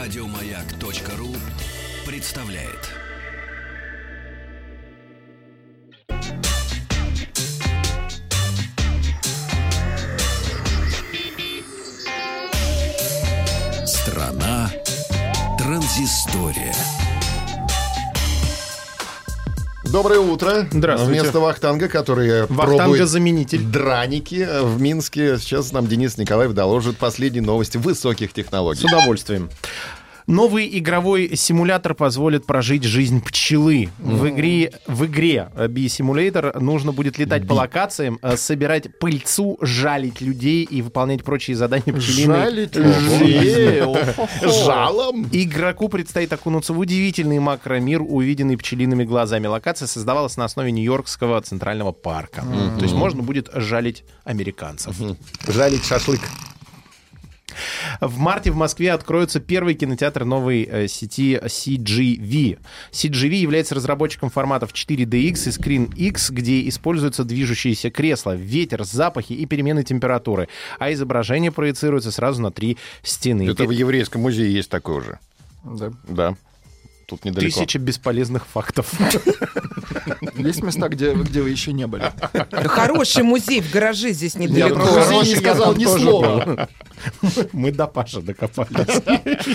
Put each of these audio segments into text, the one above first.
Радиомаяк.ру представляет. Страна транзистория. Доброе утро. Здравствуйте. Вместо Вахтанга, который пробует Вахтанга-заменитель. драники э, в Минске, сейчас нам Денис Николаев доложит последние новости высоких С технологий. удовольствием. Новый игровой симулятор позволит прожить жизнь пчелы. В игре, в игре Bee Simulator нужно будет летать по локациям, э, собирать пыльцу, жалить людей и выполнять прочие задания пчелиной. Жалить жизни. людей. Жалом. Игроку предстоит окунуться в удивительный макромир, увиденный пчелиными глазами. Локация создавалась на основе Нью-Йоркского центрального парка. То есть можно будет жалить американцев. Жалить шашлык. В марте в Москве откроется первый кинотеатр новой э, сети CGV. CGV является разработчиком форматов 4DX и ScreenX, где используются движущиеся кресла, ветер, запахи и перемены температуры, а изображение проецируется сразу на три стены. Это в Ты- еврейском музее есть такое уже. Да. Да. Тут недалеко. Тысяча бесполезных фактов. Есть места, где, где вы еще не были. Да хороший музей в гараже здесь Я недалеко. про музей не сказал ни слова. Мы до Паши докопались.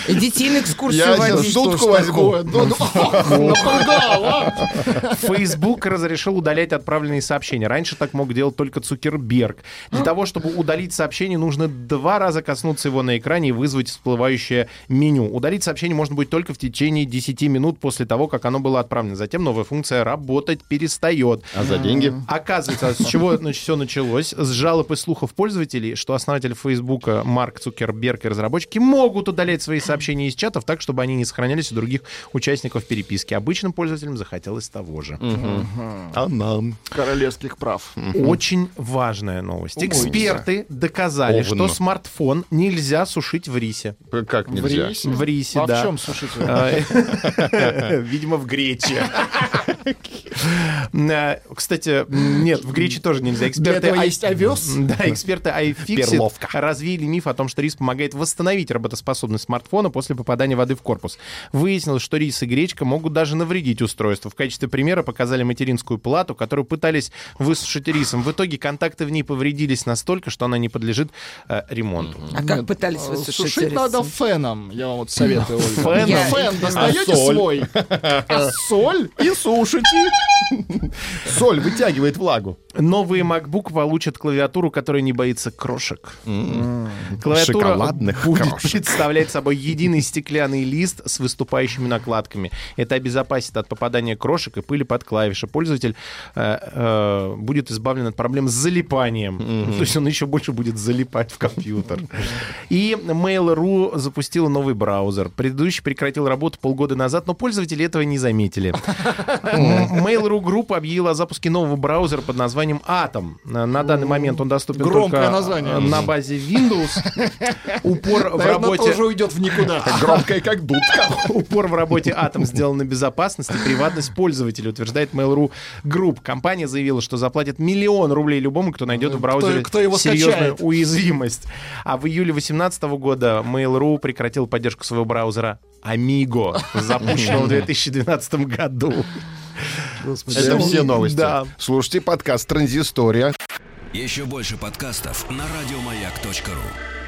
И детей на экскурсию Я сейчас водить. дудку ж возьму. такое? Ну, ну, ах, напугал, а! Facebook разрешил удалять отправленные сообщения. Раньше так мог делать только Цукерберг. Для того, чтобы удалить сообщение, нужно два раза коснуться его на экране и вызвать всплывающее меню. Удалить сообщение можно будет только в течение 10 минут после того, как оно было отправлено. Затем новая функция работать перестает. А за деньги? Оказывается, с чего все началось? С жалоб и слухов пользователей, что основатель Фейсбука Марк Цукерберг и разработчики могут удалять свои сообщения из чатов так, чтобы они не сохранялись у других участников переписки. Обычным пользователям захотелось того же. А нам? Королевских прав. Очень важная новость. Эксперты доказали, Овна. что смартфон нельзя сушить в рисе. Как нельзя? Врись. В рисе, А да. в чем, слушайте? Э, Видимо, в гречи. Э, Кстати, нет, в гречи тоже нельзя. Для Эксперты этого ай- есть Э, овес. Да, эксперты iFixit развили миф о том, что рис помогает восстановить работоспособность смартфона после попадания воды в корпус. Выяснилось, что рис и гречка могут даже навредить устройству. В качестве примера показали материнскую плату, которую пытались высушить рисом. В итоге контакты в ней повредились настолько, что она не подлежит э, ремонту. А как пытались высушить Сушить надо рис? феном, я вам вот советую, Ольга. Феном? Я- Фен достаете соль? свой, а соль и сушите. Соль вытягивает влагу. Новые MacBook получат клавиатуру, которая не боится крошек. Клавиатура Шоколадных будет крошек. представлять собой единый стеклянный лист с выступающими накладками. Это обезопасит от попадания крошек и пыли под клавиши. Пользователь э, э, будет избавлен от проблем с залипанием. То есть он еще больше будет залипать в компьютер. И Mail.ru запустила новый браузер. Предыдущий прекратил работу полгода назад, но пользователи этого не заметили. М- Mail.ru группа объявила о запуске нового браузера под названием Atom. На на данный момент он доступен Громкое только название. э, на базе Windows. Упор в Наверное, работе... тоже уйдет в никуда. Громкая, как дудка. Упор в работе Атом сделан на безопасность и приватность пользователя, утверждает Mail.ru Group. Компания заявила, что заплатит миллион рублей любому, кто найдет в браузере кто его серьезную скачает. уязвимость. А в июле 2018 года Mail.ru прекратил поддержку своего браузера Amigo, запущенного в 2012 году. Это все новости. Да. Слушайте подкаст «Транзистория». Еще больше подкастов на радиомаяк.ру.